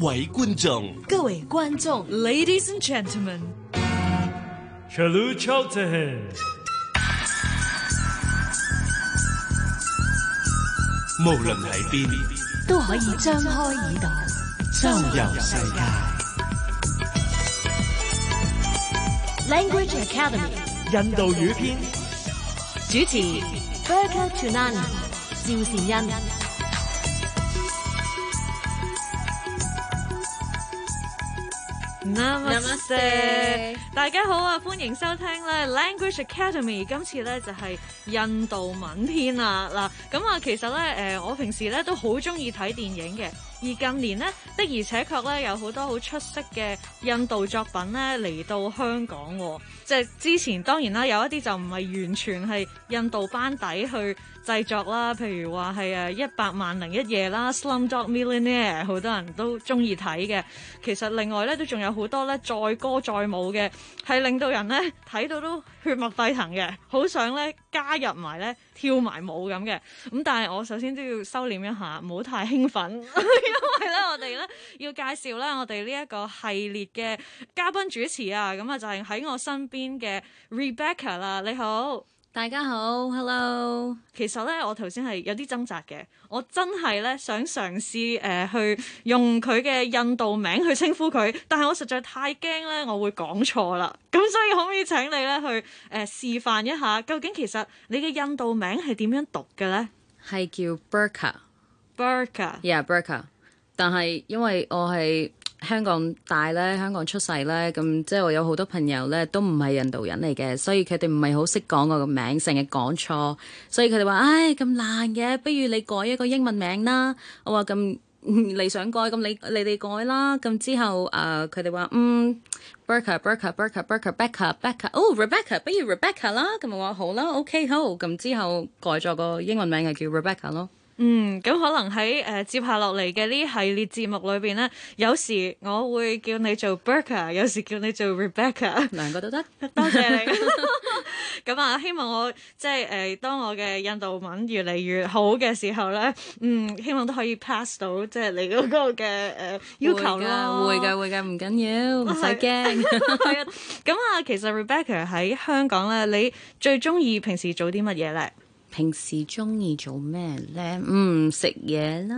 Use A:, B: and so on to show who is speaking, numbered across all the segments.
A: 位觀眾，
B: 各位觀眾，Ladies and Gentlemen，
C: Chalu Chalton，
A: 無論喺邊，
B: 都可以張開耳朵，
A: 周遊世界。
D: Language Academy
C: 印度語篇，
D: 主持 Berger Tunani 趙善恩。
B: Namaste，
D: Namaste
B: 大家好啊，歡迎收聽咧 Language Academy，今次咧就係印度文篇啊嗱，咁啊其實咧誒我平時咧都好中意睇電影嘅。而近年呢，的而且確咧有好多好出色嘅印度作品咧嚟到香港喎、即係之前當然啦，有一啲就唔係完全係印度班底去製作啦，譬如話係誒一百萬零一夜啦，《Slumdog Millionaire》好多人都中意睇嘅。其實另外咧都仲有好多咧載歌載舞嘅，係令到人咧睇到都血脈沸騰嘅，好想咧加入埋咧跳埋舞咁嘅。咁但係我首先都要收斂一下，唔好太興奮。因為咧，我哋咧要介紹咧，我哋呢一個系列嘅嘉賓主持啊，咁啊就係喺我身邊嘅 Rebecca 啦，你好。
D: 大家好，Hello，
B: 其實咧，我頭先係有啲掙扎嘅，我真係咧想嘗試誒、呃去用佢嘅印度名去稱呼佢，但係我實在太驚咧，我會講錯啦。 咁所以可唔可以請你咧去誒、呃示範一下，究竟其實你嘅印度名係點樣讀嘅咧
D: 係叫 Burka，Yeah
B: ？Burka
D: Burka，但係因為我係香港大咧，香港出世咧，咁即係我有好多朋友咧都唔係印度人嚟嘅，所以佢哋唔係好識講我個名，成日講錯，所以佢哋話：唉，咁難嘅，不如你改一個英文名啦。我話咁。 嗯你想改咁你你哋改啦，咁之後誒佢哋話嗯 Burka Burka Burka Burka Becca Becca 哦 Rebecca 不如 Rebecca 啦，咁我話好啦，OK 好，咁之後改咗個英文名就叫 Rebecca 咯。
B: 嗯，咁可能喺誒、呃接下落嚟嘅呢系列節目裏邊咧，有時我會叫你做 Burka，有時叫你做 Rebecca。
D: 兩個都得，
B: 多謝你。 咁啊，希望我即係誒、呃，當我嘅印度文越嚟越好嘅時候咧，嗯，希望都可以 pass 到即係你嗰個嘅誒、呃要求咯。
D: 會嘅會嘅，唔緊要，唔使 驚。
B: 係啊，咁啊，其實 Rebecca 喺香港咧，你最中意平時做啲乜嘢咧？
D: 平時中意做咩咧？嗯，食嘢啦。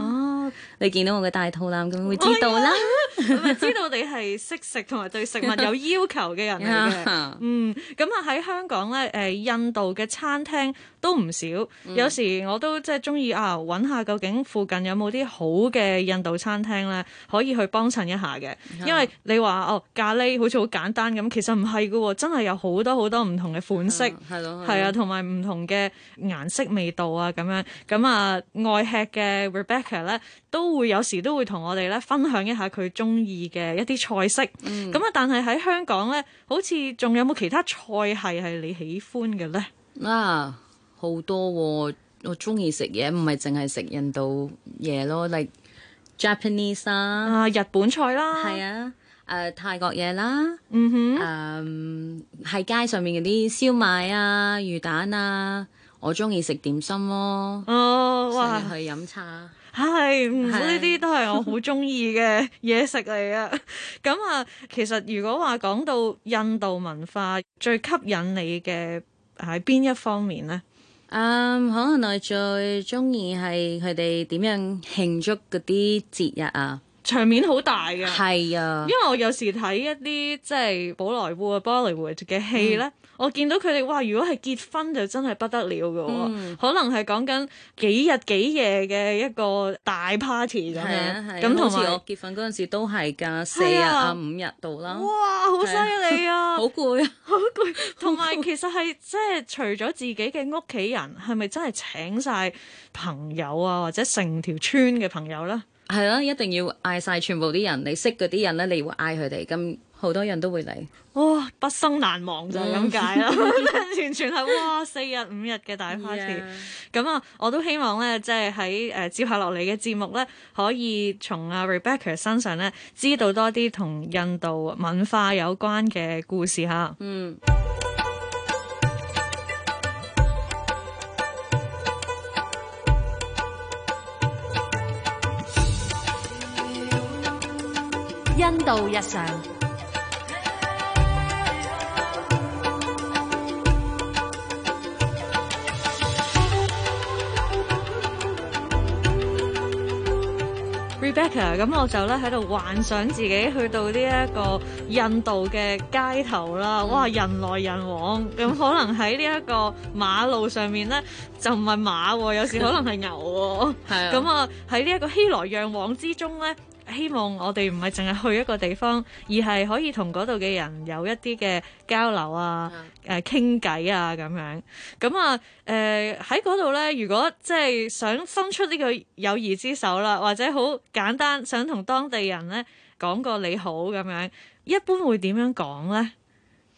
B: 哦，
D: 你見到我嘅大肚腩咁會知道啦。
B: 咪啊知道你係識食同埋對食物有要求嘅
D: 啊
B: 人嚟 嘅。嗯，咁啊喺香港咧，誒、印度嘅餐廳都唔少，有時我都即係中意啊揾下究竟附近有冇啲好嘅印度餐廳咧，可以去幫襯一下嘅。因為你話哦咖喱好似好簡單咁，其實唔係嘅喎，真係有好多好多唔同嘅款式。
D: 係咯，
B: 係啊，同埋唔同嘅顏色、味道啊，咁樣咁啊，愛吃嘅 Rebecca 咧，都會有時都會同我哋咧分享一下佢中意嘅一啲菜式。
D: 嗯
B: 咁啊、但係喺香港咧，好似仲有冇其他菜系係你喜歡嘅咧？
D: 啊，好多喎、我中意食嘢，唔係淨係食印度嘢咯，like Japanese 啦，
B: 啊，日本菜啦，
D: 係，啊，誒、泰國嘢啦，
B: 嗯哼，
D: 誒喺、街上面嗰啲燒賣啊、魚蛋啊，我中意食點心咯，
B: 哦，哇
D: 哇，！去飲茶，
B: 係，唔
D: 係
B: 呢啲都係我好中意嘅嘢食嚟啊！咁啊，其實如果話講到印度文化最吸引你嘅喺邊一方面呢？
D: 嗯，Um, 可能我最中意係佢哋點樣慶祝嗰啲節日啊，
B: 場面好大嘅，
D: 係啊
B: 因。為我有時睇一啲即係寶萊塢啊、Bollywood 嘅戲
D: 嗯
B: 咧，我見到佢哋哇，如果係結婚就真係不得了嘅喎，
D: 嗯
B: 可能係講緊幾日幾夜嘅一個大 party 咁
D: 係啊係啊
B: 樣，咁
D: 好
B: 同
D: 似我
B: 埋
D: 結婚嗰陣時都係㗎，四日
B: 係啊
D: 啊五日度啦，
B: 哇，好犀利啊！
D: 好攰啊！
B: 好攰，同埋其實係即係除咗自己嘅屋企人，係咪真係請晒朋友啊，或者成條村嘅朋友咧？
D: 係啦，一定要嗌晒全部啲人，你識嗰啲人咧，你會嗌佢哋，咁好多人都會嚟。
B: 哇、畢哦生難忘就係咁解啦，完全係哇四日五日嘅大 party。咁啊，我都希望咧，即係喺誒接下落嚟嘅節目咧，可以從阿 Rebecca 身上咧，知道多啲同印度文化有關嘅故事嚇。
D: 嗯，
E: 印度日常。
B: Rebecca，咁我就咧喺度幻想自己去到呢一個印度嘅街頭啦，哇人來人往，咁可能喺呢一個馬路上面咧就唔係馬喎，有時可能係牛喎，
D: 係啊
B: 咁啊喺呢一個熙來攘往之中咧。希望我哋唔係淨係去一個地方，而係可以同嗰度嘅人有一啲嘅交流啊，誒傾偈啊咁樣。咁啊，誒喺嗰度咧，如果即係想伸出呢個友誼之手啦，或者好簡單想同當地人咧講個你好咁樣，一般會點樣講咧？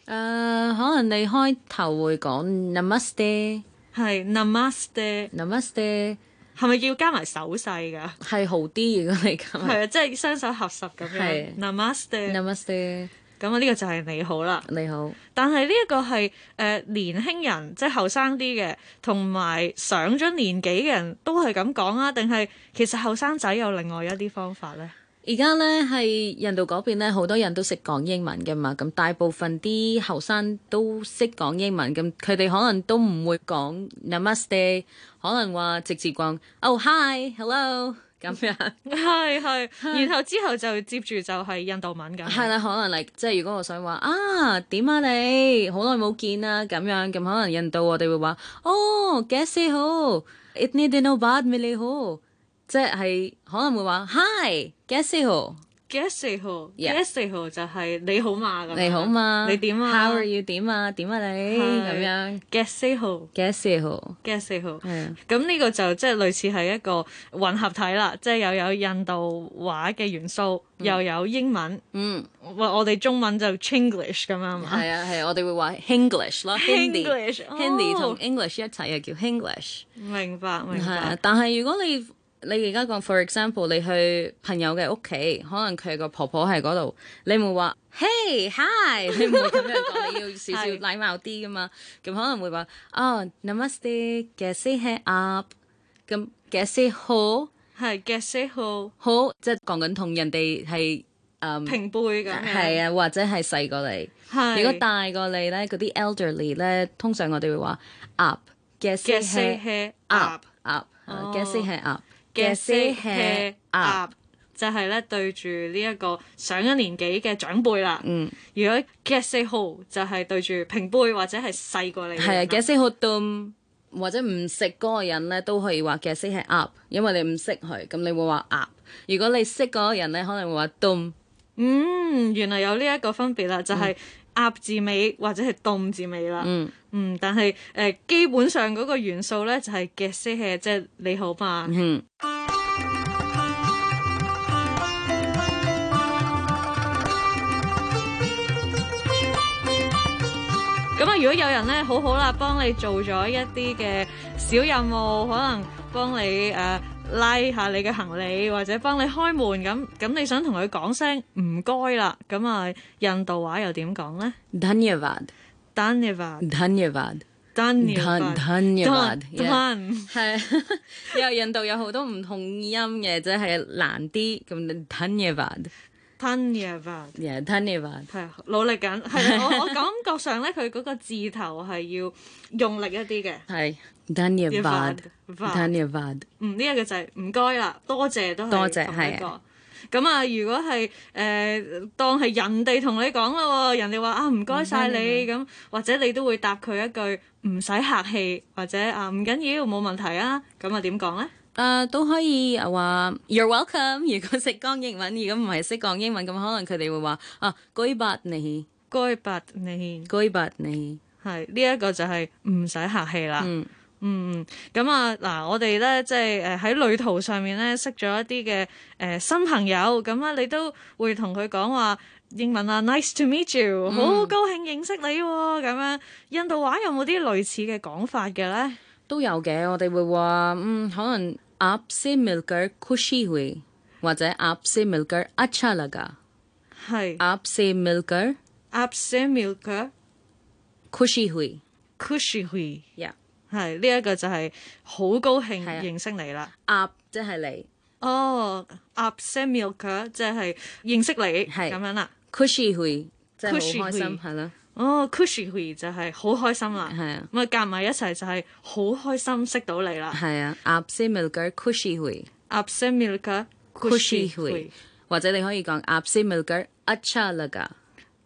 D: 誒、可能你開頭會講 namaste，namaste
B: 係 Namaste，係咪要加埋手勢㗎？
D: 係好啲，如果你咁
B: 係啊，即係雙手合十咁樣
D: 嗯係
B: Namaste。
D: namaste
B: 咁啊，呢個就係你好啦。
D: 你好，
B: 但係呢一個係誒、呃年輕人，即係後生啲嘅，同埋上咗年紀嘅人都係咁講啊？定係其實後生仔有另外一啲方法咧？
D: 而家咧係印度嗰邊咧，好多人都識講英文嘅嘛，咁大部分啲後生都識講英文，咁佢哋可能都唔會講 namaste，可能話直接講 oh hi，hello 咁樣。
B: 係係，然後之後就接住就係印度文咁。
D: 係啦，可能 like 即係如果我想話啊點啊你好耐冇見啦咁樣，咁可能印度我哋會話哦 guess 好，itni dino bad m i l 好，即係可能會話 hi guess 好
B: Guess 號
D: Yeah
B: ，Guess 號就係你好嘛咁樣。
D: 你好嘛，
B: 你點啊
D: ？How are you 點啊？點啊你
B: 係
D: 咁樣
B: ？Guess 號
D: guess 好
B: ，Guess 號。
D: 係啊，
B: 咁呢個就即係類似係一個混合體啦，即係又有印度話嘅元素，又有英文。
D: 嗯
B: 我我哋中文就 Chinglish 咁樣嘛。
D: 係啊係啊，我哋會話 Hinglish 咯 Hindi
B: Hinglish，哦
D: Hindi 同 English 一齊又啊叫 Hinglish。
B: 明白明
D: 係啊
B: 白，。
D: 但係如果你你而家講，for example，你去朋友嘅屋企，可能佢個婆婆喺嗰度，你唔會話 hey hi，你唔 會咁樣講，你要少少
B: 係
D: 禮貌啲噶嘛。咁可能會話哦，namaste，嘅 say hey up，咁嘅 say 好
B: 係 Guess 號
D: 好，即係講緊同人哋係誒
B: 平輩咁樣。
D: 嗯係啊，或者係細過你。
B: 係。
D: 如果大過你咧，嗰啲 elderly 咧，通常我哋會話 up，嘅 say
B: Guess
D: hey。
B: 係
D: up
B: up。
D: up
B: 哦
D: guess hair up
B: 嘅
D: guess
B: 些
D: hair
B: 嘅鴨，
D: up
B: 就係咧對住呢一個上咗年紀嘅長輩啦。
D: 嗯，
B: 如果 get 四號就係對住平輩或者係細過你嘅
D: 係啊
B: 人啦。
D: guess hair dumb 或者唔食嗰個人咧都可以話 guess hair up，因為你唔識佢，咁你會話 up。如果你識嗰個人咧，可能會話 dumb
B: 嗯，原來有呢一個分別啦，就係、鴨字尾或者係凍字尾啦，
D: 嗯
B: 嗯，但係誒、呃基本上嗰個元素咧就係 get 些 h 即係你好嘛，
D: 嗯。
B: 咁啊，如果有人咧好好啦，幫你做咗一啲嘅小任務，可能幫你誒、呃拉下你嘅行李，或者幫你開門咁，咁你想同佢講聲唔該啦，咁啊印度話又點講咧
D: Dhanyavad
B: d a n i v a
D: Dhanyavad
B: d a n i v a
D: Dhan-
B: d a
D: Dhanyavad yeah
B: n
D: 係， 因為印度有好多唔同音嘅，即係難啲咁 Dhanyavad
B: d a n i v a
D: yeah Dhanyavad
B: 係努力緊，係啦我我感覺上咧佢嗰個字頭係要用力一啲嘅。
D: 係 Dhanyavad
B: Dhanyavad
D: Dhanyavad
B: 嗯，呢、一個就係唔該啦，多謝都係
D: 多謝
B: 同
D: 係
B: 一個。咁啊，如果係誒、呃、當係人哋同你講啦喎，人哋話啊唔該晒你咁，或者你都會答佢一句唔使客氣，或者啊唔緊要冇問題啊，咁啊點講咧？
D: 誒、都可以話 You're welcome。如果識講英文，如果唔係識講英文，咁可能佢哋會話啊 g o o d b a d n i
B: 該白你
D: g o o d b a d n i
B: 係呢一個就係唔使客氣啦。
D: 嗯，
B: 嗯，咁啊，嗱，我哋咧即係誒喺旅途上面咧識咗一啲嘅誒新朋友，咁啊，你都會同佢講話英文啊，nice to meet you，好
D: 嗯
B: 高興認識你喎、咁樣。印度話有冇啲類似嘅講法嘅咧？
D: 都有嘅。我哋會話嗯，可能 up se milker kushi hui，或者 up se milker acha laga，up
B: 係
D: 啊 se milker
B: a b s e m i l k
D: kushi hui。
B: kushi hui，
D: Yeah，
B: 係呢一個就係好高興
D: 係啊
B: 認識你啦。
D: up 即係你
B: 哦 a p s e m i l k 即係認識你
D: 係
B: 咁樣啦。
D: cushy 去，即係
B: Cushy
D: 好開心，
B: 去
D: 係啦，
B: 哦 c u s h y hui 就係好開心啦。
D: 係啊，
B: 咁啊，夾埋一齊就係好開心識到你啦。
D: 係啊 a p s i m i l g e r cushy 去，
B: a p s e m i l k
D: Cushy hui 或者你可以講 a p s i m i l g e r acha laga。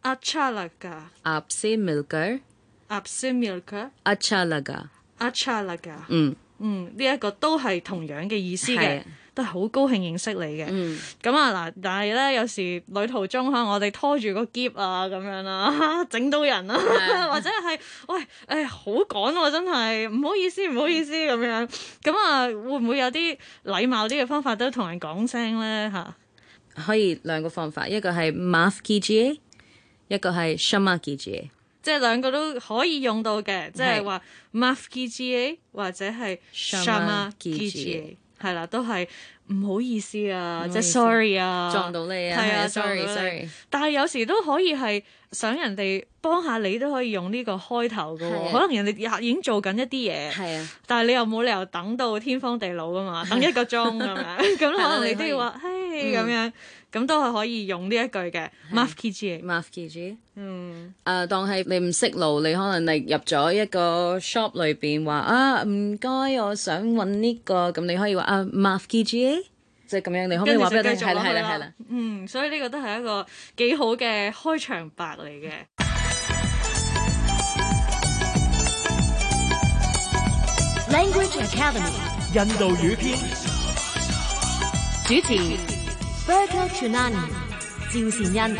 B: a c h a l a g a
D: आपसे मिलकर
B: a p s e m i l k
D: अच्छा लगा
B: a c h a l a g a
D: 嗯，
B: 嗯，呢、一個都係同樣嘅意思
D: 係
B: 嘅
D: 啊，
B: 都係好高興認識你嘅。
D: 嗯，
B: 咁啊嗱，但係咧有時旅途中可能我哋拖住個篋啊 咁樣啦，整到人啦、
D: 係
B: 或者係喂誒好趕喎、真係唔好意思唔好意思咁樣。咁啊，會唔會有啲禮貌啲嘅方法都同人講聲咧嚇？
D: 可以兩個方法，一個係 maaf कीजिए，一個係 क्षमा कीजिए，
B: 即係兩個都可以用到嘅，即係話 maaf kga 或者係
D: Shama
B: shama
D: kga
B: kga，係啦，都係唔好意思啊，
D: 唔
B: 即
D: 好意
B: 係
D: 思
B: sorry 啊，
D: 撞到你啊，
B: 係
D: 係
B: 啊
D: 啊，sorry
B: 撞到你
D: sorry，
B: 但係有時都可以係想人哋幫下你，都可以用呢個開頭嘅
D: 係
B: 喎。
D: 啊
B: 可能人哋已經做緊一啲嘢，
D: 係啊，
B: 但係你又冇理由等到天荒地老噶嘛，等一個鐘咁樣。 咁可能你都要話，
D: 嗯
B: 嘿咁樣，咁都係可以用呢一句嘅。Maaf k i j i
D: maaf कीजिए。
B: 嗯，
D: 誒、當係你唔識路，你可能你入咗一個 shop 裏邊話啊，唔該，我想揾呢、個，咁你可以話啊，maaf कीजिए，即係咁樣，你可唔可
B: 跟
D: 以
B: 住
D: 話俾
B: 就
D: 我
B: 繼
D: 聽？
B: 續
D: 係
B: 落
D: 啦
B: 去
D: 係啦係啦
B: 啦。。嗯，所以呢個都係一個幾好嘅開場白嚟嘅。
E: Language Academy
C: 印度語篇
E: 主持 Berta Trunani 趙善恩。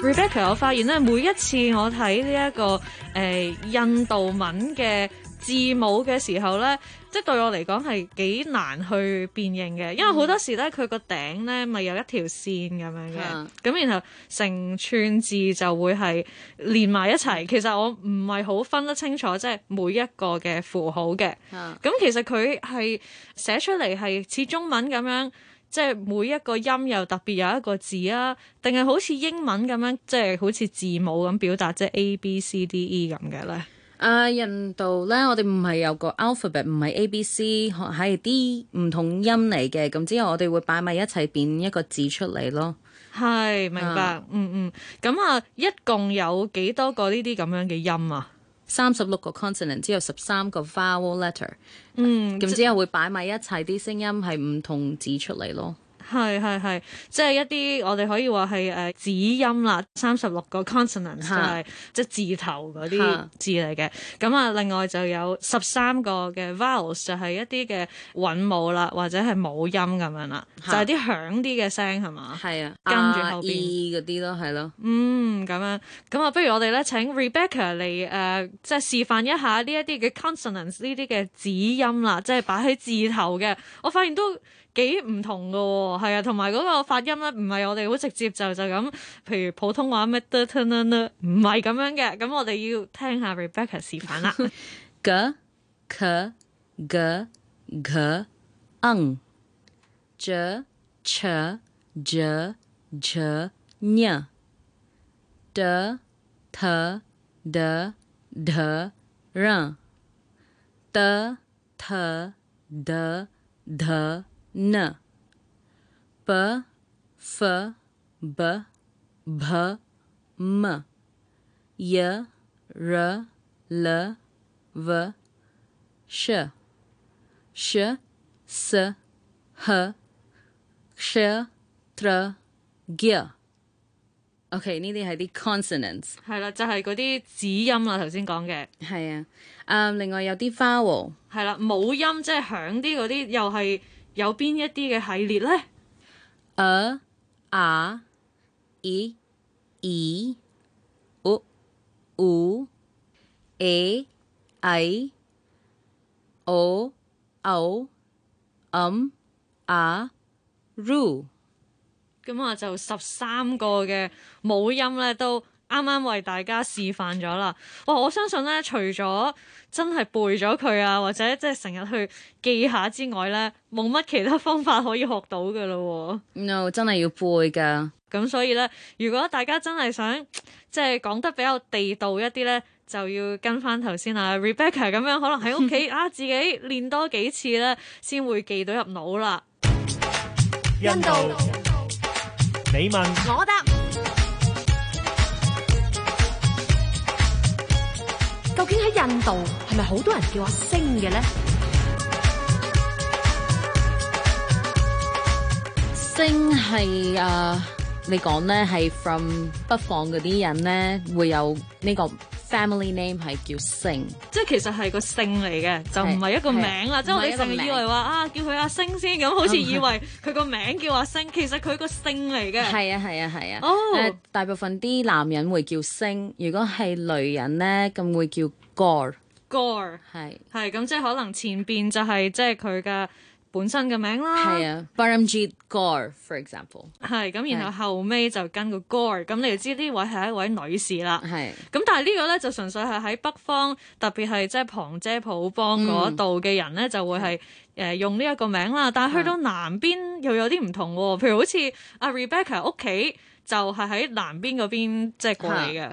B: Rebecca，我發現咧，每一次我睇呢一個誒、呃印度文嘅字母嘅時候咧，即係對我嚟講係幾難去辨認嘅，因為好多時咧佢個頂咧咪有一條線咁樣嘅
D: 啊，
B: 咁然後成串字就會係連埋一齊。其實我唔係好分得清楚，即係每一個嘅符號嘅。
D: 啊
B: 咁其實佢係寫出嚟係似中文咁樣，即係每一個音又特別有一個字啊，定係好似英文咁樣，即係好似字母咁表達，即係 A B C D E 咁嘅咧？
D: 啊，印度咧，我哋唔係有個 alphabet，唔係 A、B、C，可係啲唔同音嚟嘅。咁之後我哋會擺埋一齊變一個字出嚟咯。
B: 係，明白，
D: 啊
B: 嗯嗯。咁啊，一共有幾多個呢啲咁樣嘅音啊？
D: 三十六個 consonant 之後十三個 vowel letter，
B: 嗯，
D: 咁之後會擺埋一齊啲聲音係唔同字出嚟咯。
B: 係係係，即係一啲我哋可以話係誒子音啦，三十六個 consonant 就係
D: 嚇
B: 即係字頭嗰啲
D: 嚇
B: 字嚟嘅。咁啊，另外就有十三個嘅 vowels 就係一啲嘅韻母啦，或者係母音咁樣啦，就
D: 嚇
B: 係啲響啲嘅聲係嘛？
D: 係啊，
B: 跟住
D: 啊
B: 後邊
D: E 嗰啲咯，係咯。
B: 嗯，咁樣咁啊，不如我哋咧請 Rebecca 嚟誒、呃即係示範一下呢一啲嘅 consonants 呢啲嘅子音啦，即係擺喺字頭嘅。我發現都幾唔同嘅喎、係啊，同埋嗰個發音咧，唔係我哋好直接就就咁，譬如普通話咩得得呢呢，唔係咁樣嘅。咁我哋要聽下 Rebecca 示範啦。
D: g k g g ng j ch j j n d t d d r t t d d n b f b b m y r l v sh sh s h sh tr g。OK，呢啲係啲 consonants。
B: 係啦，就係嗰啲子音啦，頭先講嘅。
D: 係啊，啊、Um, 另外有啲 vowel。
B: 係啦，母音即係響啲嗰啲，又係有邊一啲嘅系列咧？
D: a a i i u u a i o o um a ru
B: 咁啊，就十三個嘅母音咧，都啱啱為大家示範咗啦。哇！我相信咧，除咗真係背咗佢啊，或者即係成日去記下之外咧，冇乜其他方法可以學到嘅咯
D: no 真係要背㗎，
B: 喎。咁所以咧，如果大家真係想即係講得比較地道一啲咧，就要跟翻頭先啊 Rebecca 咁樣，可能喺屋企啊自己練多幾次咧，先會記到入腦啦。
C: 印度，你問
E: 我答。究竟喺印度係咪好多人叫阿星嘅咧？
D: 星係啊，你講咧係 from 北方嗰啲人咧會有呢個 family name 係叫星，
B: 即係其實係個姓嚟嘅，就唔係一個名啦。
D: 係啊
B: 即係我
D: 唔
B: 哋
D: 係一個
B: 成日
D: 名
B: 以為話啊，叫佢阿星先咁，好似以為佢個名叫阿星，其實佢個姓嚟嘅。
D: 係啊係啊係啊。
B: 哦，
D: 誒大部分啲男人會叫星，如果係女人咧咁會叫 Gore，
B: Gore
D: 係
B: 係咁，即係可能前邊就係即係佢嘅本身嘅名啦。
D: 係啊，Baramjit Gore，for example，
B: 係咁，然後後尾就跟個 Gore，咁你就知呢位係一位女士啦。
D: 係
B: 咁但係呢個咧就純粹係喺北方，特別係即係旁遮普邦
D: 嗯
B: 嗰度嘅人咧，就會係誒、呃用呢一個名啦。但
D: 嗯
B: 係去到南邊又有啲唔同喎，譬如好似阿 Rebecca 屋企就係喺南邊嗰邊即係過嚟嘅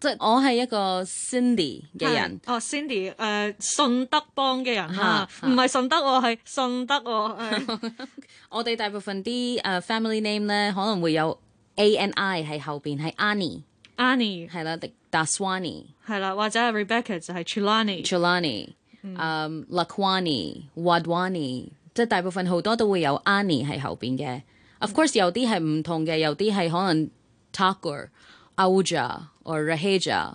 D: 即係我係一個 Cindy 嘅人。
B: 係哦，Cindy 誒、呃、順德幫嘅人啦，
D: 嚇
B: 唔係順德喎，係順德喎， 係
D: 我哋大部分啲誒、呃 family name 咧，可能會有 A N I 喺後邊，係 Annie
B: Annie
D: 係啦，Daswani、
B: 係啦，或者係 Rebecca 就係 Chulani。
D: Chulani、嗯、Lakwani、Wadwani，即係大部分好多都會有 Annie 喺後邊嘅。Of course 有啲係唔同嘅，有啲係可能 Thakur、Auja or Raheja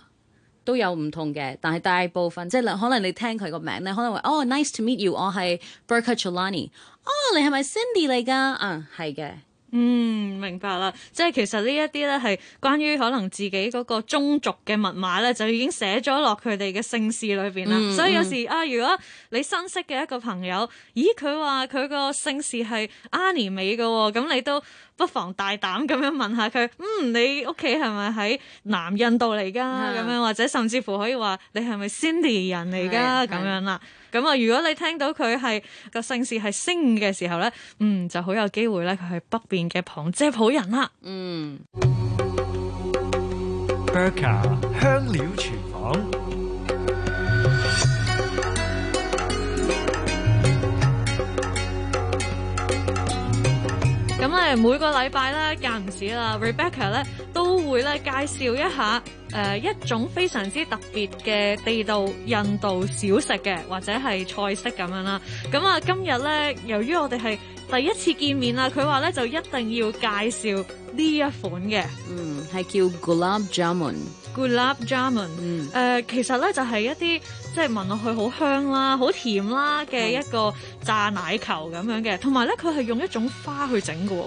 D: 都有唔同嘅，但係大部分即係可能你聽佢個名咧，可能話哦、nice to meet you，我係 Berka Chulani。哦，你係咪 Cindy 嚟㗎？啊，係嘅。
B: 嗯，明白啦，即係其實呢一啲咧係關於可能自己嗰個宗族嘅密碼咧，就已經寫咗落佢哋嘅姓氏裏邊啦。所以有時啊，如果你新識嘅一個朋友，咦佢話佢個姓氏係 Annie 尾嘅喎，咁你都不妨大膽咁樣問下佢，嗯，你屋企係咪喺南印度嚟㗎？咁樣或者甚至乎可以話你係咪 Cindy 人嚟㗎？
D: 係
B: 咁
D: 係
B: 樣啦。咁啊，如果你聽到佢係個姓氏係星嘅時候咧，嗯，就好有機會咧，佢係北邊嘅旁遮普人啦。
C: Burka 香料廚房，
B: 咁咧每個禮拜咧間唔時啦，Rebecca 咧都會咧介紹一下誒、呃一種非常之特別嘅地道印度小食嘅，或者係菜式咁樣啦。咁啊，今日咧由於我哋係第一次見面啦，佢話咧就一定要介紹呢一款嘅
D: 嗯，係叫 Gulab Jamun。
B: Gulab Jamun。
D: 嗯
B: 誒、，其實咧就係、一啲即係聞落去好香啦、好甜啦嘅一
D: 嗯
B: 個炸奶球咁樣嘅，同埋咧佢係用一種花去整嘅喎。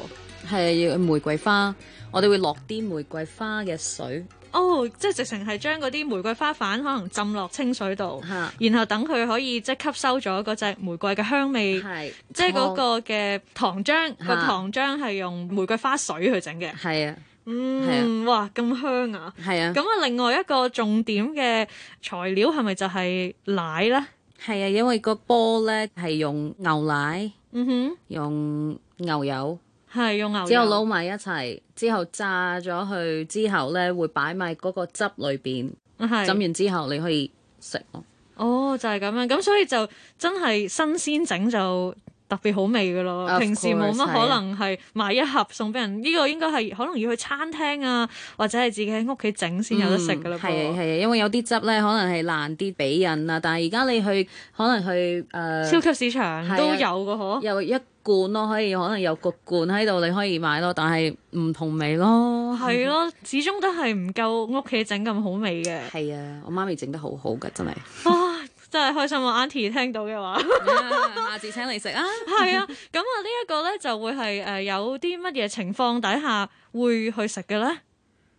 D: 係玫瑰花，我哋會落啲玫瑰花嘅水
B: 哦，即係直情係將嗰啲玫瑰花瓣可能浸落清水度，
D: 嚇，
B: 然後等佢可以即係吸收咗嗰隻玫瑰嘅香味，
D: 係
B: 即係嗰個嘅糖漿，個
D: 嚇
B: 糖漿係用玫瑰花水去整嘅。
D: 係啊
B: 嗯，哇，咁香啊！
D: 係啊
B: 咁啊，另外一個重點嘅材料係咪就係奶咧？
D: 係啊，因為個波咧係用牛奶、
B: 嗯
D: 用牛油，
B: 哼，係用牛油
D: 之後撈埋一齊，之後炸咗佢之後咧會擺埋嗰個汁裏邊，
B: 啊係
D: 浸完之後你可以食咯。
B: 哦，就係咁樣，咁所以就真係新鮮整就特別好味嘅咯。
D: Of
B: 平時冇乜
D: course，啊
B: 可能係買一盒送俾人，呢、個應該係可能要去餐廳啊，或者係自己喺屋企整先有得食嘅啦。
D: 嗯係啊係
B: 噃
D: 啊，因為有啲汁咧可能係爛啲俾人啊，但係而家你去可能去誒。呃
B: 超級市場
D: 係
B: 都有
D: 啊
B: 嘅嗬。
D: 有一罐咯，可以可能有個罐喺度，你可以買咯，但係唔同味咯。
B: 係咯，始終都係唔夠屋企整咁好味 嘅。
D: 係啊，我媽咪整得好好噶，真係。
B: 哇！真係開心啊，Auntie 聽到嘅話。
D: 下次請你食啊！
B: 係啊，咁啊呢一個咧就會係誒、呃有啲乜嘢情況底下會去食嘅咧？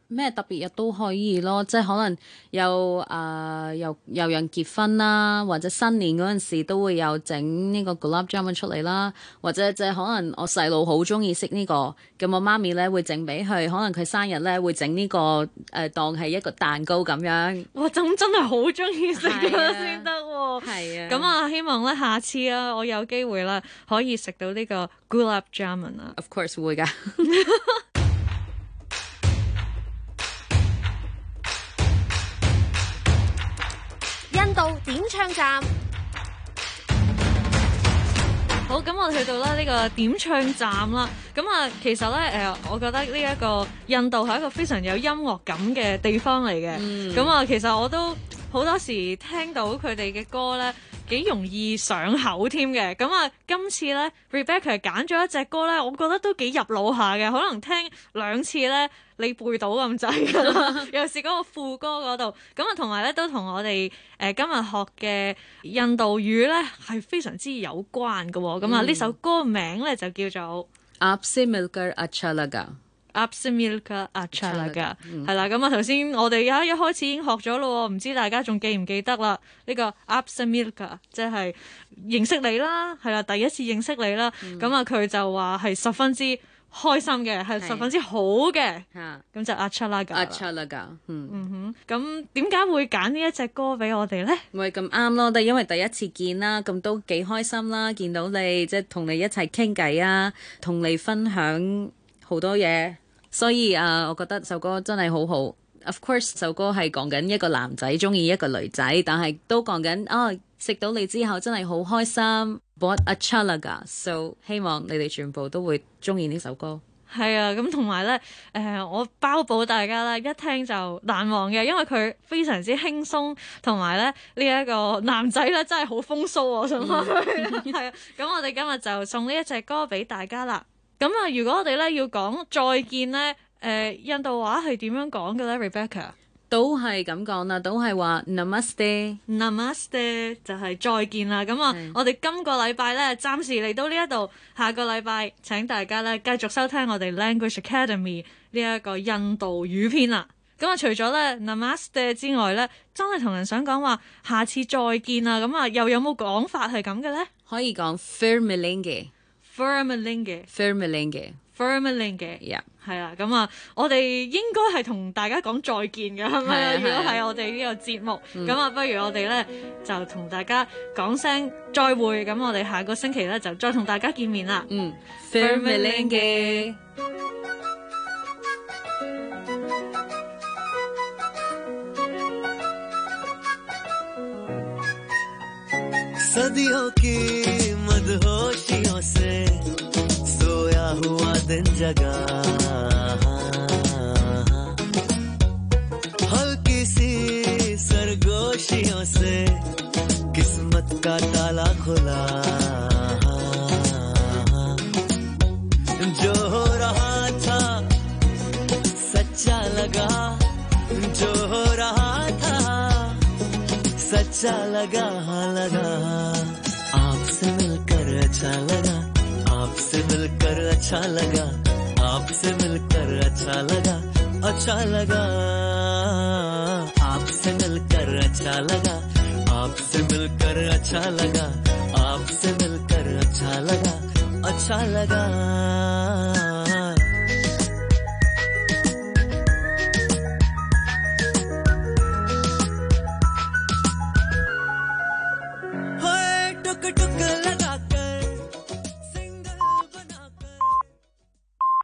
D: 咩特別日都可以咯，即係可能有啊、有有人結婚啦，或者新年嗰陣時都會有整呢個 gulab jamun 出嚟啦，或者即係可能我細佬好中意食呢個，咁我媽咪咧會整俾佢，可能佢生日咧會整呢、個誒、呃、當係一個蛋糕咁樣。
B: 哇！咁真係好中意食
D: 係
B: 嘅
D: 啊
B: 先得喎。
D: 係啊
B: 咁啊，希望咧下次啊，我有機會啦，可以食到呢個 gulab jamun 啊。
D: ，of course 會㗎。
E: 印度點唱站，
B: 好，咁我哋去到啦呢個點唱站啦。咁啊，其實咧誒、呃我覺得呢一個印度係一個非常有音樂感嘅地方嚟嘅。
D: 嗯
B: 咁啊、其實我都好多時聽到佢哋嘅歌咧，幾容易上口添嘅。咁啊，今次咧 Rebecca 揀咗一隻歌咧，我覺得都幾入腦下嘅，可能聽兩次咧。你背到咁滯㗎啦，尤其是嗰個副歌嗰度，咁啊同埋咧都同我哋誒、呃今日學嘅印度語咧係非常之有關嘅喎，咁啊呢首歌名咧就叫做
D: आपसे मिलकर अच्छा लगा
B: Apse Milka Achalaga，
D: 嗯
B: uh, ah, 係啦，咁啊頭先我哋一一開始已經學咗咯喎，唔知大家仲記唔記得啦？呢、個 Apse Milka 啊即係認識你啦，係啦，第一次認識你啦，咁啊佢就話係十分之開心嘅，係
D: 係啊
B: 十分之好嘅，
D: 嚇
B: 咁就 Achalaga 啦。
D: ，अच्छा लगा，嗯。
B: 嗯哼，咁點解會揀呢一隻歌俾我哋呢？
D: 咪咁啱咯，但係因為第一次見啦，咁都幾開心啦，見到你即係同你一齊傾偈啊，同你分享好多嘢，所以啊，我覺得首歌真係好好。Of course，首歌係講緊一個男仔中意一個女仔，但係都講緊啊，食到你之後真係好開心。What a chalaga！So 希望你哋全部都會中意呢首歌。
B: 係啊，咁同埋呢，誒、我包保大家啦，一聽就難忘嘅，因為佢非常之輕鬆，同埋呢，呢、一個男仔呢真係好風騷，我想話佢係啊。咁我哋今日就送呢一隻歌俾大家啦。咁啊，如果我哋呢要講再見呢，誒、印度話係點樣講嘅呢 r e b e c c a
D: 都係咁講啦，都係話 Namaste。
B: Namaste 就係再見啦，咁啊
D: 係，
B: 我哋今個禮拜咧，暫時嚟到呢一度，下個禮拜請大家咧繼續收聽我哋 Language Academy 呢一個印度語篇啦。咁啊，除咗咧 Namaste 之外咧，真係同人想講話下次再見啊，咁啊，又有冇講法係咁嘅咧
D: 可以講 Fir Milenge，Fir
B: ？Firmalinge，Firmalinge，
D: Milenge，yeah。
B: 係啦，咁啊，我哋應該係同大家講再見嘅，係咪啊？
D: 係啊嗯
B: 如果
D: 係
B: 係我哋呢個節目，咁啊、不如我哋咧就同大家講聲再會，咁我哋下個星期咧就再同大家見面啦。
D: 嗯 f i r m i l i n g e
F: सदियों की मदहोशियों से सोया हुआ दिन जगा हल्की सी सरगोशियों से किस्मत का ताला खुला जो हो रहा था सच्चा लगा जो हो रहा था सच्चा लगा हाँ लगा आपसे मिलकर अच्छा लगा आपसे मिलकर अच्छा लगा आपसे मिलकर अच्छा लगा अच्छा लगा आपसे मिलकर अच्छा लगा आपसे मिलकर अच्छा लगा आपसे मिलकर अच्छा लगा अच्छा लगा